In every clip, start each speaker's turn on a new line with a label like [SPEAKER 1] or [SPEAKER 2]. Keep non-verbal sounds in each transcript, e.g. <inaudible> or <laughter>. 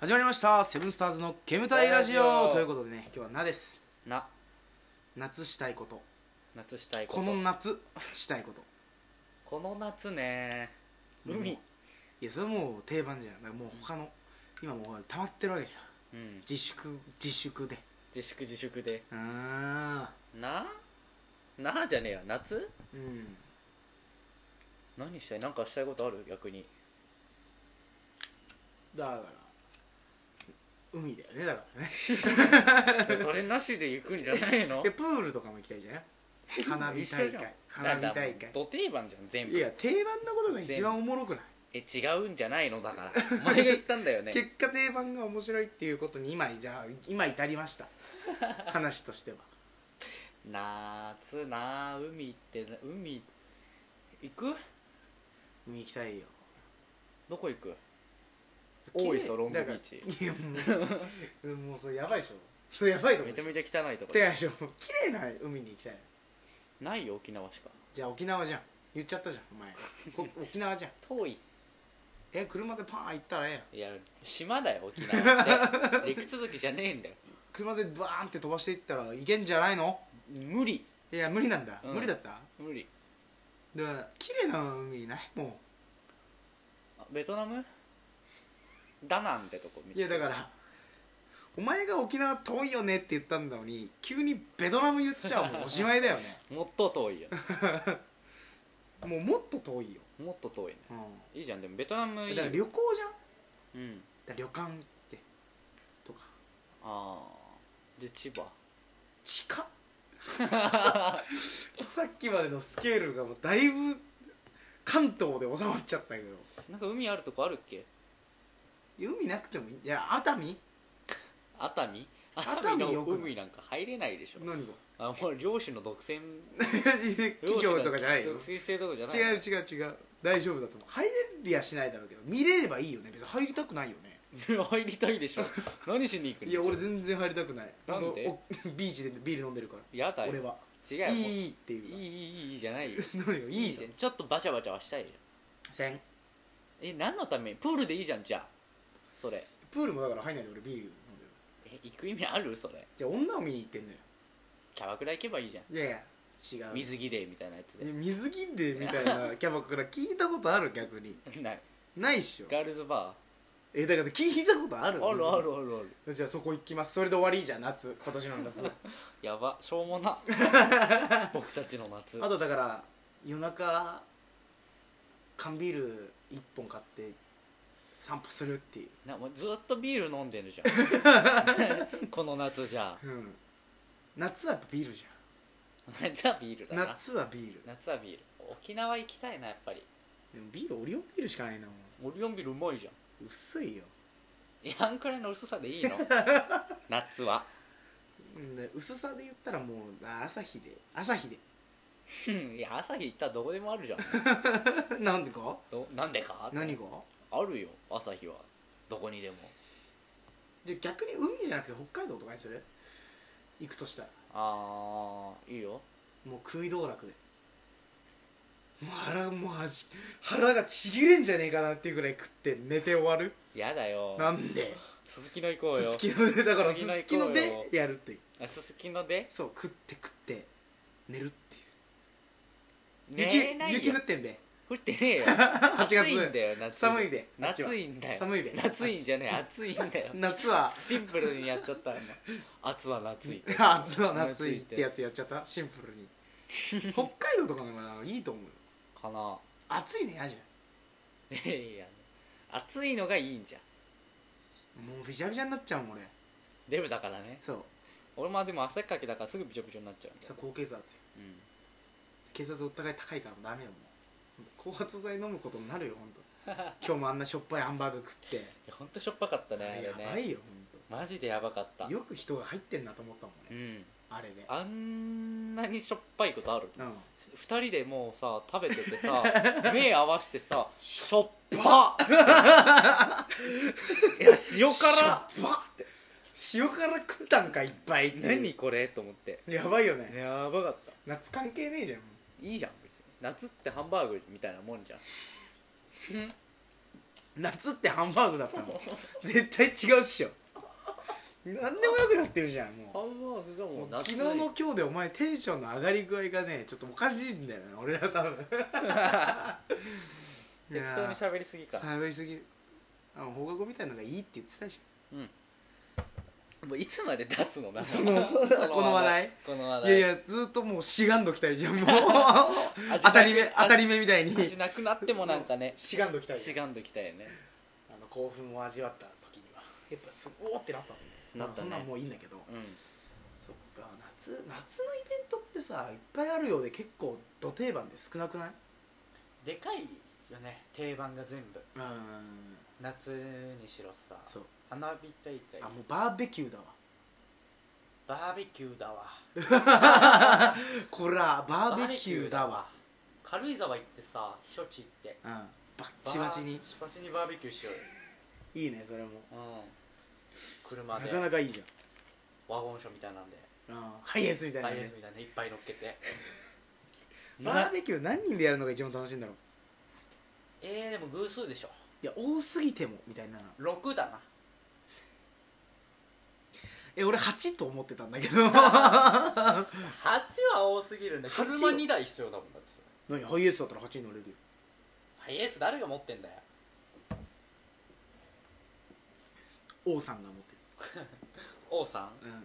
[SPEAKER 1] 始まりましたセブンスターズの煙たいラジ
[SPEAKER 2] ラジ
[SPEAKER 1] オ
[SPEAKER 2] オ
[SPEAKER 1] ということでね今日は「な」です
[SPEAKER 2] な
[SPEAKER 1] 夏したいこと
[SPEAKER 2] 夏したいこと
[SPEAKER 1] この夏したいこと
[SPEAKER 2] この夏ね
[SPEAKER 1] もう
[SPEAKER 2] 海
[SPEAKER 1] いやそれはもう定番じゃんだからもう他の今もう溜まってるわけじゃん
[SPEAKER 2] うん
[SPEAKER 1] 自粛自粛で
[SPEAKER 2] 自粛自粛で
[SPEAKER 1] ああ
[SPEAKER 2] ななじゃねえや夏
[SPEAKER 1] うん
[SPEAKER 2] 何したいなんかしたいことある
[SPEAKER 1] <laughs>
[SPEAKER 2] 逆に
[SPEAKER 1] だから海だよねだからね
[SPEAKER 2] それなしで行くんじゃないの
[SPEAKER 1] でプールとかも行きたいじゃん花 <laughs> 火大
[SPEAKER 2] 一緒じゃん
[SPEAKER 1] 会花火大
[SPEAKER 2] だから
[SPEAKER 1] 会
[SPEAKER 2] ド定番じゃん全
[SPEAKER 1] い
[SPEAKER 2] 部
[SPEAKER 1] や定番なことが一番おもろくない
[SPEAKER 2] え違うんじゃないの
[SPEAKER 1] <laughs>
[SPEAKER 2] だからお前が言ったんだよね
[SPEAKER 1] 結果定番が面白いっていうことに今じゃあ今至りま <laughs> した話としては
[SPEAKER 2] 夏な海ってな海行く
[SPEAKER 1] 海行きたいよ
[SPEAKER 2] どこ行く大磯ロングビーチ
[SPEAKER 1] だからいやもうもうそれやばいでしょそれやばいと思
[SPEAKER 2] め
[SPEAKER 1] う
[SPEAKER 2] ちゃめちゃ汚いとこ
[SPEAKER 1] てかでしょ綺麗な海に行きたい
[SPEAKER 2] ないよ沖縄しか
[SPEAKER 1] じゃあ沖縄じゃん言っちゃったじゃんお前
[SPEAKER 2] <laughs>
[SPEAKER 1] こ沖縄じゃん
[SPEAKER 2] 遠い
[SPEAKER 1] え車でパーン行ったらええやん
[SPEAKER 2] いや島だよ沖縄
[SPEAKER 1] <laughs>
[SPEAKER 2] って陸続きじゃねえんだよ
[SPEAKER 1] 車でバーンって飛ばしていったらいけんじゃないの
[SPEAKER 2] 無理
[SPEAKER 1] いや無理なんだ、
[SPEAKER 2] うん
[SPEAKER 1] 無理だった
[SPEAKER 2] 無理
[SPEAKER 1] だから綺麗な海ないもん
[SPEAKER 2] あベトナムダナンってとこ見
[SPEAKER 1] いやだからお前が沖縄遠いよねって言ったんだのに急にベトナム言っちゃもうおしまいだよ
[SPEAKER 2] <laughs>
[SPEAKER 1] ね
[SPEAKER 2] もっと遠いよ
[SPEAKER 1] もうもっと遠いよ、
[SPEAKER 2] もっと遠いね
[SPEAKER 1] う
[SPEAKER 2] いいじゃんでもベトナムい
[SPEAKER 1] ん、
[SPEAKER 2] い
[SPEAKER 1] だから旅行じゃんだか
[SPEAKER 2] うん
[SPEAKER 1] ら旅館ってとか
[SPEAKER 2] ああで千葉 <laughs>
[SPEAKER 1] 近っさっきまでのスケールがもうだいぶ関東で収まっちゃったけど
[SPEAKER 2] なんか海あるとこあるっけ
[SPEAKER 1] 海なくてもいいいや熱海
[SPEAKER 2] 熱海
[SPEAKER 1] 熱
[SPEAKER 2] 熱
[SPEAKER 1] 海
[SPEAKER 2] 海の
[SPEAKER 1] よくない
[SPEAKER 2] 海なんか入れないでしょ
[SPEAKER 1] 何が
[SPEAKER 2] あもう漁師の独占
[SPEAKER 1] 企業とかじゃないよ
[SPEAKER 2] 独占制とかじゃな
[SPEAKER 1] 違
[SPEAKER 2] い
[SPEAKER 1] う違う違う大丈夫だと思う入れりゃしないだろうけど見れればいいよね別に入りたくないよね
[SPEAKER 2] う入りたいで
[SPEAKER 1] <laughs>
[SPEAKER 2] しょ何しに行くの
[SPEAKER 1] いや俺全然入りたくない
[SPEAKER 2] なんで
[SPEAKER 1] ほとお <laughs> ビーチでビール飲んでるか
[SPEAKER 2] やだ
[SPEAKER 1] ら
[SPEAKER 2] よ
[SPEAKER 1] 俺は
[SPEAKER 2] 違うよもういい
[SPEAKER 1] いいって
[SPEAKER 2] い
[SPEAKER 1] いう
[SPEAKER 2] いいいじゃないよ
[SPEAKER 1] 何よいい
[SPEAKER 2] じ
[SPEAKER 1] じ
[SPEAKER 2] ゃんちょっとバチャバチャはしたいじゃん
[SPEAKER 1] ゃん
[SPEAKER 2] え何のためにプールでいいじゃんじゃあそれ
[SPEAKER 1] プールもだから入んないで俺ビール飲んでる
[SPEAKER 2] え行く意味あるそれ
[SPEAKER 1] じゃあ女を見に行ってんのよ
[SPEAKER 2] キャバクラ行けばいいじゃん
[SPEAKER 1] いやいや違う
[SPEAKER 2] 水着でみたいなやつ
[SPEAKER 1] え水着でみたい
[SPEAKER 2] <laughs>
[SPEAKER 1] なキャバクラ聞いたことある逆に
[SPEAKER 2] でない
[SPEAKER 1] ないっしょ
[SPEAKER 2] ガールズバ
[SPEAKER 1] えだから聞いたことある
[SPEAKER 2] ーあるあるあるある
[SPEAKER 1] じゃあそこ行きますそれで終わりじゃん夏今年の夏
[SPEAKER 2] やばしょうも
[SPEAKER 1] <laughs>
[SPEAKER 2] な僕たちの夏
[SPEAKER 1] あとだから夜中缶ビール1本買って散歩するっていう
[SPEAKER 2] なもうずっとビール飲んでるじゃ
[SPEAKER 1] <laughs>
[SPEAKER 2] んこの夏じゃ
[SPEAKER 1] うん夏はやっぱビールじ
[SPEAKER 2] 夏はビール
[SPEAKER 1] ゃ
[SPEAKER 2] だ
[SPEAKER 1] ん
[SPEAKER 2] な
[SPEAKER 1] 夏はビール
[SPEAKER 2] 夏はビール沖縄行きたいなやっぱり
[SPEAKER 1] でもビールオリオンビールしかないなも
[SPEAKER 2] オリオンビールうまいじゃん
[SPEAKER 1] う薄いよ
[SPEAKER 2] いやあんくらいの薄さで
[SPEAKER 1] <laughs>
[SPEAKER 2] いいの夏は
[SPEAKER 1] うんで薄さで言ったらもうあ朝日で朝日で <laughs>
[SPEAKER 2] うんいや朝日行ったらどこでもあるじゃん
[SPEAKER 1] なんでか
[SPEAKER 2] どなんでか
[SPEAKER 1] 何が
[SPEAKER 2] あるよ朝日はどこにでも
[SPEAKER 1] じゃあ逆に海じゃなくて北海道とかにする行くとしたら
[SPEAKER 2] ああいいよ
[SPEAKER 1] もう食い道楽でもう腹もうはじ腹がちぎれんじゃねえかなっていうぐらい食って寝て終わる
[SPEAKER 2] やだよ
[SPEAKER 1] なんで
[SPEAKER 2] ススキノ行こう
[SPEAKER 1] す
[SPEAKER 2] よ
[SPEAKER 1] すきのでだからす
[SPEAKER 2] すすきの
[SPEAKER 1] すきの
[SPEAKER 2] 行こ
[SPEAKER 1] で
[SPEAKER 2] う
[SPEAKER 1] やるっていう
[SPEAKER 2] あススキノで
[SPEAKER 1] そう食って食って寝るっていう
[SPEAKER 2] 寝れ
[SPEAKER 1] 雪
[SPEAKER 2] ないよ
[SPEAKER 1] 雪降って
[SPEAKER 2] <laughs>
[SPEAKER 1] んべ
[SPEAKER 2] 降ってねえ
[SPEAKER 1] <laughs>
[SPEAKER 2] よ
[SPEAKER 1] 8月
[SPEAKER 2] 暑いんだよ夏
[SPEAKER 1] 寒いであっちは
[SPEAKER 2] 夏いんだよ
[SPEAKER 1] 寒いで
[SPEAKER 2] 夏いんじゃねえ暑いんだよ
[SPEAKER 1] <laughs> 夏は
[SPEAKER 2] シンプルにやっちゃった今暑は
[SPEAKER 1] <laughs>
[SPEAKER 2] 夏い
[SPEAKER 1] 夏は夏いってやつやっちゃったシンプ
[SPEAKER 2] <laughs>
[SPEAKER 1] ルに北海道とかの方がいいと思うよ
[SPEAKER 2] かな
[SPEAKER 1] 暑いね嫌じゃ
[SPEAKER 2] いやいや暑いのがいいんじゃん
[SPEAKER 1] んもうびしゃびしゃになっちゃうもん俺
[SPEAKER 2] デブだからね
[SPEAKER 1] そう
[SPEAKER 2] 俺もでも汗っかきだからすぐびちょびちょになっちゃうんだ
[SPEAKER 1] さ
[SPEAKER 2] よ、
[SPEAKER 1] 高血圧よ
[SPEAKER 2] うん
[SPEAKER 1] 血圧お互い高いからダメよもう後発剤飲むことになるよ本 <laughs> 当今日もあんなしょっぱいハンバーグ食って
[SPEAKER 2] いやほんとしょっぱかったねあ
[SPEAKER 1] あれや
[SPEAKER 2] れ
[SPEAKER 1] ば
[SPEAKER 2] ね
[SPEAKER 1] いよ
[SPEAKER 2] マジでやばかっ
[SPEAKER 1] 本
[SPEAKER 2] た
[SPEAKER 1] 当。よく人が入ってんなと思ったもん
[SPEAKER 2] う
[SPEAKER 1] ね
[SPEAKER 2] ん
[SPEAKER 1] あれで
[SPEAKER 2] あんなにしょっぱいことある
[SPEAKER 1] うん
[SPEAKER 2] 二人でもうさ食べて
[SPEAKER 1] <laughs>
[SPEAKER 2] てさ目合わせてさしょっぱいや塩辛
[SPEAKER 1] しょっぱ塩辛食ったんかいっぱいっていう
[SPEAKER 2] 何これと思って
[SPEAKER 1] やばいよね
[SPEAKER 2] やばかった
[SPEAKER 1] 夏関係ねえじゃん
[SPEAKER 2] いいじゃん別に夏ってハンバーグみたいなもんじゃん
[SPEAKER 1] 夏ってハンバーグだった <laughs> の絶対違うっしょ何でもよくなってるじゃん
[SPEAKER 2] ハ
[SPEAKER 1] も
[SPEAKER 2] ンバーグが
[SPEAKER 1] う
[SPEAKER 2] も
[SPEAKER 1] も
[SPEAKER 2] う
[SPEAKER 1] う
[SPEAKER 2] 夏
[SPEAKER 1] 昨日の今日でお前テンションの上がり具合がねちょっとおかしいんだよね俺ら多分い
[SPEAKER 2] <laughs> 適
[SPEAKER 1] や
[SPEAKER 2] 当
[SPEAKER 1] ー
[SPEAKER 2] に喋りすぎか
[SPEAKER 1] 喋りすぎあの放課後みたいなのがいいって言ってたじ
[SPEAKER 2] もういつまで出すのな
[SPEAKER 1] そのこの話題
[SPEAKER 2] この
[SPEAKER 1] ゃ
[SPEAKER 2] 話
[SPEAKER 1] んい
[SPEAKER 2] 題
[SPEAKER 1] やいやずっともうしがんどきたいじゃ
[SPEAKER 2] <laughs>
[SPEAKER 1] んもう
[SPEAKER 2] 味なく
[SPEAKER 1] 当たり目当たり目みたいに
[SPEAKER 2] 味なくなってもなんかね
[SPEAKER 1] しがんどきたい
[SPEAKER 2] しがんできたよね
[SPEAKER 1] あの興奮を味わった時にはやっぱすおーってなったもんね
[SPEAKER 2] なったね
[SPEAKER 1] まあそんなんもういいんだけど
[SPEAKER 2] う
[SPEAKER 1] そっか夏夏のイベントってさいっぱいあるようで結構ど定番で少なくない
[SPEAKER 2] んでかいよね定番が全部
[SPEAKER 1] うん
[SPEAKER 2] 夏にしろさ
[SPEAKER 1] そう
[SPEAKER 2] 花火大会
[SPEAKER 1] あもうバーベキューだわ
[SPEAKER 2] バーベキューだわ
[SPEAKER 1] こらバーベキューだわ
[SPEAKER 2] 軽井沢行ってさ避暑地行って
[SPEAKER 1] うんバッチバチに
[SPEAKER 2] バチバチにバーベキューしよ
[SPEAKER 1] いいねそれも
[SPEAKER 2] うようん
[SPEAKER 1] な
[SPEAKER 2] 車で
[SPEAKER 1] かなかいいじ
[SPEAKER 2] ワゴン車みたいなんで
[SPEAKER 1] ゃん、うん、ハイエースみたいな
[SPEAKER 2] ダ
[SPEAKER 1] ね
[SPEAKER 2] イエースみたいなねいっぱい乗っ
[SPEAKER 1] <laughs>
[SPEAKER 2] けて
[SPEAKER 1] バー
[SPEAKER 2] な
[SPEAKER 1] ベキュー何人でやるのが一番楽しいんだろう
[SPEAKER 2] えー、でも偶数でしょ
[SPEAKER 1] いや多すぎてもみたいな
[SPEAKER 2] 6だな
[SPEAKER 1] え俺8と思ってたんだ <laughs> けど
[SPEAKER 2] 8は多すぎるんだ
[SPEAKER 1] 八
[SPEAKER 2] 車2台必要だもんだってそれ
[SPEAKER 1] 何ハイエースだったら8に乗れるよ
[SPEAKER 2] ハイエース誰が持ってんだよ
[SPEAKER 1] 王さんが持って
[SPEAKER 2] 王さん
[SPEAKER 1] る、うん、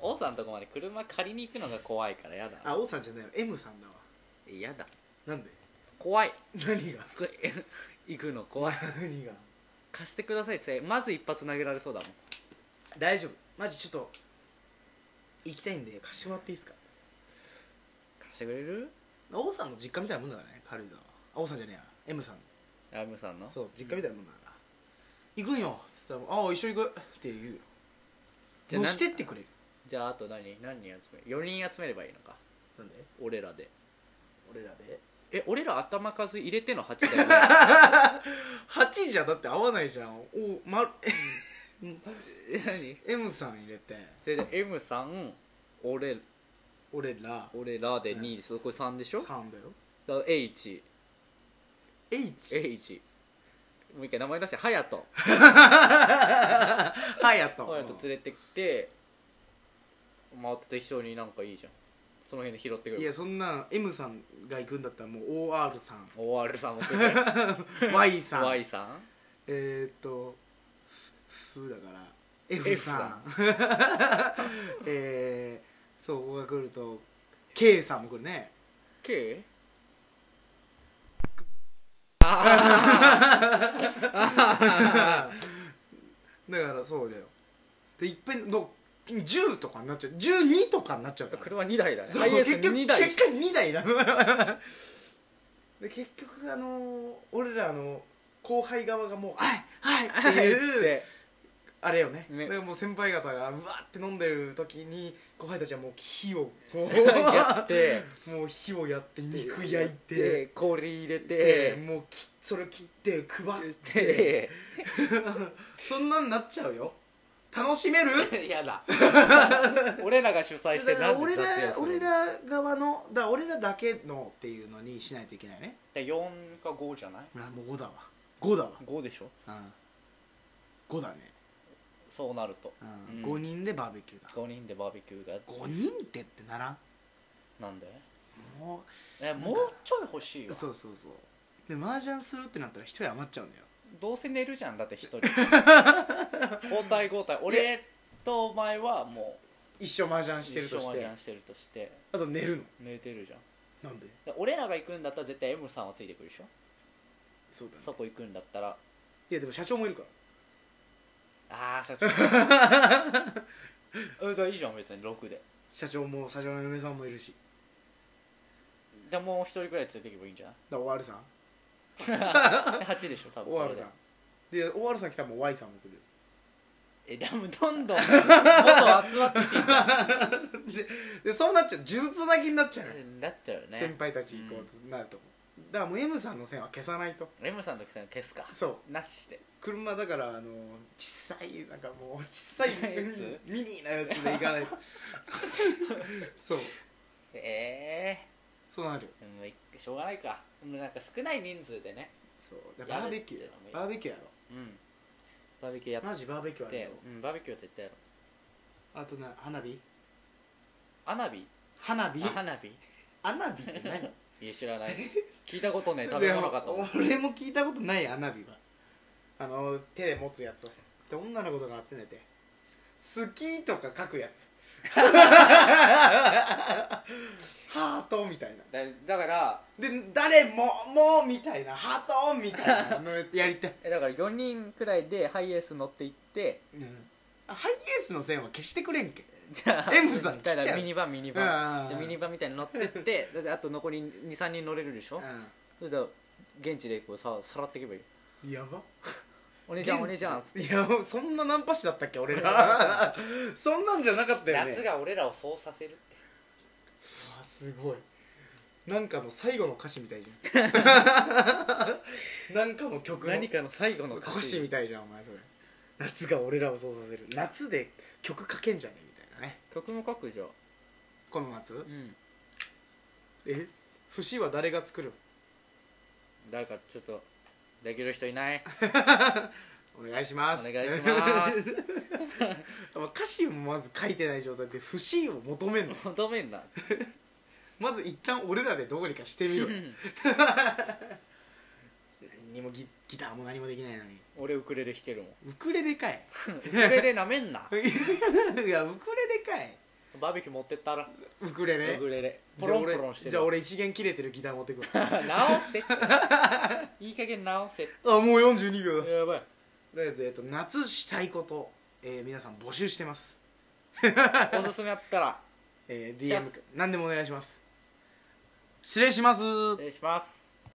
[SPEAKER 2] 王さんのとこまで車借りに行くのが怖いからやだ
[SPEAKER 1] あ王さんじゃないよ M さんだわ
[SPEAKER 2] 嫌だ
[SPEAKER 1] なんで
[SPEAKER 2] 怖い <laughs>
[SPEAKER 1] 何が
[SPEAKER 2] これ行くの怖い
[SPEAKER 1] 何が
[SPEAKER 2] 貸してくださいってまず一発投げられそうだもん
[SPEAKER 1] 大丈夫マジちょっと行きたいんで貸してもらっていいですか
[SPEAKER 2] 貸してくれる
[SPEAKER 1] 王さんの実家みたいなもんだからね軽井沢はあ王さんじゃねえや M さん
[SPEAKER 2] ラムさんの
[SPEAKER 1] そう実家みたいなもんだから、行くんよっつったら「ああ一緒行く」って言うよ
[SPEAKER 2] じゃあ
[SPEAKER 1] 乗
[SPEAKER 2] なん
[SPEAKER 1] してってくれる
[SPEAKER 2] じゃああと何何人集める4人集めればいいのか
[SPEAKER 1] なんで
[SPEAKER 2] 俺らで
[SPEAKER 1] 俺らで
[SPEAKER 2] え俺ら頭数入れての8だよね <laughs>
[SPEAKER 1] 8じゃだって合わないじゃんお、ま、 <laughs>
[SPEAKER 2] え何
[SPEAKER 1] M さん入れて
[SPEAKER 2] じゃあ M さん俺
[SPEAKER 1] 俺ら
[SPEAKER 2] 俺らで
[SPEAKER 1] うん
[SPEAKER 2] 2です、これ3でしょだか
[SPEAKER 1] 3だよ
[SPEAKER 2] ら HH
[SPEAKER 1] H
[SPEAKER 2] もう一回名前出せ隼人
[SPEAKER 1] はやと
[SPEAKER 2] 隼人連れてきて回って適当になんかいいじゃんその辺で拾って
[SPEAKER 1] い
[SPEAKER 2] くる
[SPEAKER 1] やそんな M さんが行くんだったらもう OR さん
[SPEAKER 2] OR さんも来る
[SPEAKER 1] Y さん
[SPEAKER 2] Y さん
[SPEAKER 1] えー、っとふふだから F さん <laughs> えー、そうここが来ると K さんも来るね
[SPEAKER 2] K? あ
[SPEAKER 1] <laughs>
[SPEAKER 2] あ
[SPEAKER 1] だからそうだよでいっぺんの10とかになっちゃう12とかになっちゃうから
[SPEAKER 2] 車2台だね
[SPEAKER 1] そう
[SPEAKER 2] ハイエース
[SPEAKER 1] 結局
[SPEAKER 2] 2台
[SPEAKER 1] 結果2台なので結局あのー俺らの後輩側がもう「はいはい」
[SPEAKER 2] <laughs>
[SPEAKER 1] っていう
[SPEAKER 2] で
[SPEAKER 1] あれよね
[SPEAKER 2] ね
[SPEAKER 1] だからもう先輩方がうわって飲んでる時に後輩たちはもう火を <laughs>
[SPEAKER 2] やって
[SPEAKER 1] もう火をやって肉焼いて
[SPEAKER 2] 氷入れ
[SPEAKER 1] で
[SPEAKER 2] て
[SPEAKER 1] もうきそれを切って配って
[SPEAKER 2] で
[SPEAKER 1] そんなんなっちゃうよ楽しめる
[SPEAKER 2] <laughs>
[SPEAKER 1] <laughs>
[SPEAKER 2] やだ俺らが主催して
[SPEAKER 1] だか
[SPEAKER 2] な
[SPEAKER 1] ら
[SPEAKER 2] んで
[SPEAKER 1] 俺ら
[SPEAKER 2] 雑用す
[SPEAKER 1] 俺
[SPEAKER 2] るの
[SPEAKER 1] ら側のだから俺らだけのっていうのにしないといけないね
[SPEAKER 2] 4か5じゃない
[SPEAKER 1] あもう5だわ5だわ、
[SPEAKER 2] 5でしょ
[SPEAKER 1] うん、5だね、
[SPEAKER 2] そうなると
[SPEAKER 1] うん
[SPEAKER 2] うん
[SPEAKER 1] 5人でバーベキューだ
[SPEAKER 2] 5人でバーベキューが
[SPEAKER 1] 5人ってってならん
[SPEAKER 2] なんで
[SPEAKER 1] もう
[SPEAKER 2] えもうちょい欲しいわ
[SPEAKER 1] そうそうそうで麻雀するってなったら一人余っちゃうんだよ
[SPEAKER 2] どうせ寝るじゃんだって
[SPEAKER 1] <laughs>
[SPEAKER 2] 一人交代交代俺とお前はも
[SPEAKER 1] 一生麻雀
[SPEAKER 2] う
[SPEAKER 1] して
[SPEAKER 2] 一
[SPEAKER 1] る
[SPEAKER 2] 生
[SPEAKER 1] とし
[SPEAKER 2] 麻
[SPEAKER 1] て
[SPEAKER 2] 雀してるとして
[SPEAKER 1] あと寝るの
[SPEAKER 2] 寝てるじゃん
[SPEAKER 1] なんで
[SPEAKER 2] で俺らが行くんだったら絶対 M さんはついてくるでしょ
[SPEAKER 1] そうだね
[SPEAKER 2] そこ行くんだったら
[SPEAKER 1] いやでも社長もいるから
[SPEAKER 2] ああ社
[SPEAKER 1] <laughs>
[SPEAKER 2] 長うんじゃあいいじゃん別に6で
[SPEAKER 1] 社長も社長の嫁さんもいるし
[SPEAKER 2] でもう一人くらい連れていけばいいんじゃ
[SPEAKER 1] だから OR さん <laughs>
[SPEAKER 2] ない8でしょ多分それ
[SPEAKER 1] OR
[SPEAKER 2] で
[SPEAKER 1] さんで OR さん来たらもう Y さんも来る
[SPEAKER 2] えでも
[SPEAKER 1] <laughs>
[SPEAKER 2] どんどんもっと集まってきてんじゃん
[SPEAKER 1] <laughs> でそうなっちゃう数珠つなぎになっちゃうよ、
[SPEAKER 2] だったよね
[SPEAKER 1] 先輩たちこうなると、だからもう M さんの線は消さないと
[SPEAKER 2] M さんの時さ消すか
[SPEAKER 1] そう
[SPEAKER 2] なしで
[SPEAKER 1] 車だからあの小さいなんかもう小さい
[SPEAKER 2] <laughs> やつ
[SPEAKER 1] ミニなやつで行かない
[SPEAKER 2] <laughs>
[SPEAKER 1] とそう
[SPEAKER 2] ええ
[SPEAKER 1] そうなるよ
[SPEAKER 2] でもしょうがないかでもなんか少ない人数でね
[SPEAKER 1] そうでバーベキューやろ
[SPEAKER 2] やれってのもいい
[SPEAKER 1] バーベキューやろ
[SPEAKER 2] うんバーベキューやっ
[SPEAKER 1] マジバーベキューあるよ
[SPEAKER 2] て、うん、バーベキューは絶対やろう
[SPEAKER 1] あとな花火
[SPEAKER 2] 花火
[SPEAKER 1] 花火
[SPEAKER 2] あ花火
[SPEAKER 1] <laughs> 花火って何
[SPEAKER 2] いや知らない聞いたことねえ食べ物かと思う
[SPEAKER 1] <laughs> でも俺も聞いたことない花火はあの手で持つやつで女の子とか集めて「好き」とか書くやつハートみたいな
[SPEAKER 2] だだから
[SPEAKER 1] で誰ももみたいなハートみたいなのやりたい、
[SPEAKER 2] えだから4人くらいでハイエース乗っていって
[SPEAKER 1] うんあハイエースの線は消してくれんけ
[SPEAKER 2] じゃあ
[SPEAKER 1] M さん来ちゃ
[SPEAKER 2] だ
[SPEAKER 1] う
[SPEAKER 2] からミニバンミニバ
[SPEAKER 1] うん
[SPEAKER 2] ンじゃあミニバンみたいに乗って
[SPEAKER 1] <laughs>
[SPEAKER 2] ってだってあと残り23人乗れるでしょそれで現地でこうささらっていけばいいよ
[SPEAKER 1] うんやば
[SPEAKER 2] お姉ちゃんお姉ちゃん
[SPEAKER 1] いやそんなナンパ師だったっけ俺らそんなんじゃなかったよね
[SPEAKER 2] 夏が俺らをそうさせるって
[SPEAKER 1] うわすごいなんかの最後の歌詞みたいじ
[SPEAKER 2] <laughs>
[SPEAKER 1] ゃんなんかの曲の
[SPEAKER 2] 何かの最後の
[SPEAKER 1] 歌詞みたいじゃんお前それ夏が俺らをそうさせる夏で曲書けんじゃねみたいなね
[SPEAKER 2] 曲も書くじゃん
[SPEAKER 1] この夏
[SPEAKER 2] うん
[SPEAKER 1] え節は誰が作る
[SPEAKER 2] だからちょっとできる人
[SPEAKER 1] <laughs>
[SPEAKER 2] いない
[SPEAKER 1] お願いし
[SPEAKER 2] お
[SPEAKER 1] ます
[SPEAKER 2] 願いしま
[SPEAKER 1] ますあ歌詞 <laughs> もまず書いてない状態で節を求めんの
[SPEAKER 2] 求めんな
[SPEAKER 1] まず一旦俺らでどうにかしてみろよ何にもギギターも何もできないのに
[SPEAKER 2] 俺ウクレレ弾
[SPEAKER 1] <laughs>
[SPEAKER 2] けるもん
[SPEAKER 1] ウクレレかい
[SPEAKER 2] ウクレレなめんない
[SPEAKER 1] やウクレレかい
[SPEAKER 2] バーベキュー持ってったら
[SPEAKER 1] ウクレレ
[SPEAKER 2] ウクレレポロンポロンしてる
[SPEAKER 1] じゃあ俺じゃあ俺一弦切れてるギター持ってくるあ
[SPEAKER 2] <laughs> 直せって <laughs> いい加減直
[SPEAKER 1] <laughs>
[SPEAKER 2] せって
[SPEAKER 1] もう42秒だと
[SPEAKER 2] やばい
[SPEAKER 1] りあえず、えっと、夏したいこと、えー皆さん募集してます、
[SPEAKER 2] おすすめあったら
[SPEAKER 1] えー、
[SPEAKER 2] しま
[SPEAKER 1] DM
[SPEAKER 2] す
[SPEAKER 1] 何でもお願いします失礼します
[SPEAKER 2] 失礼します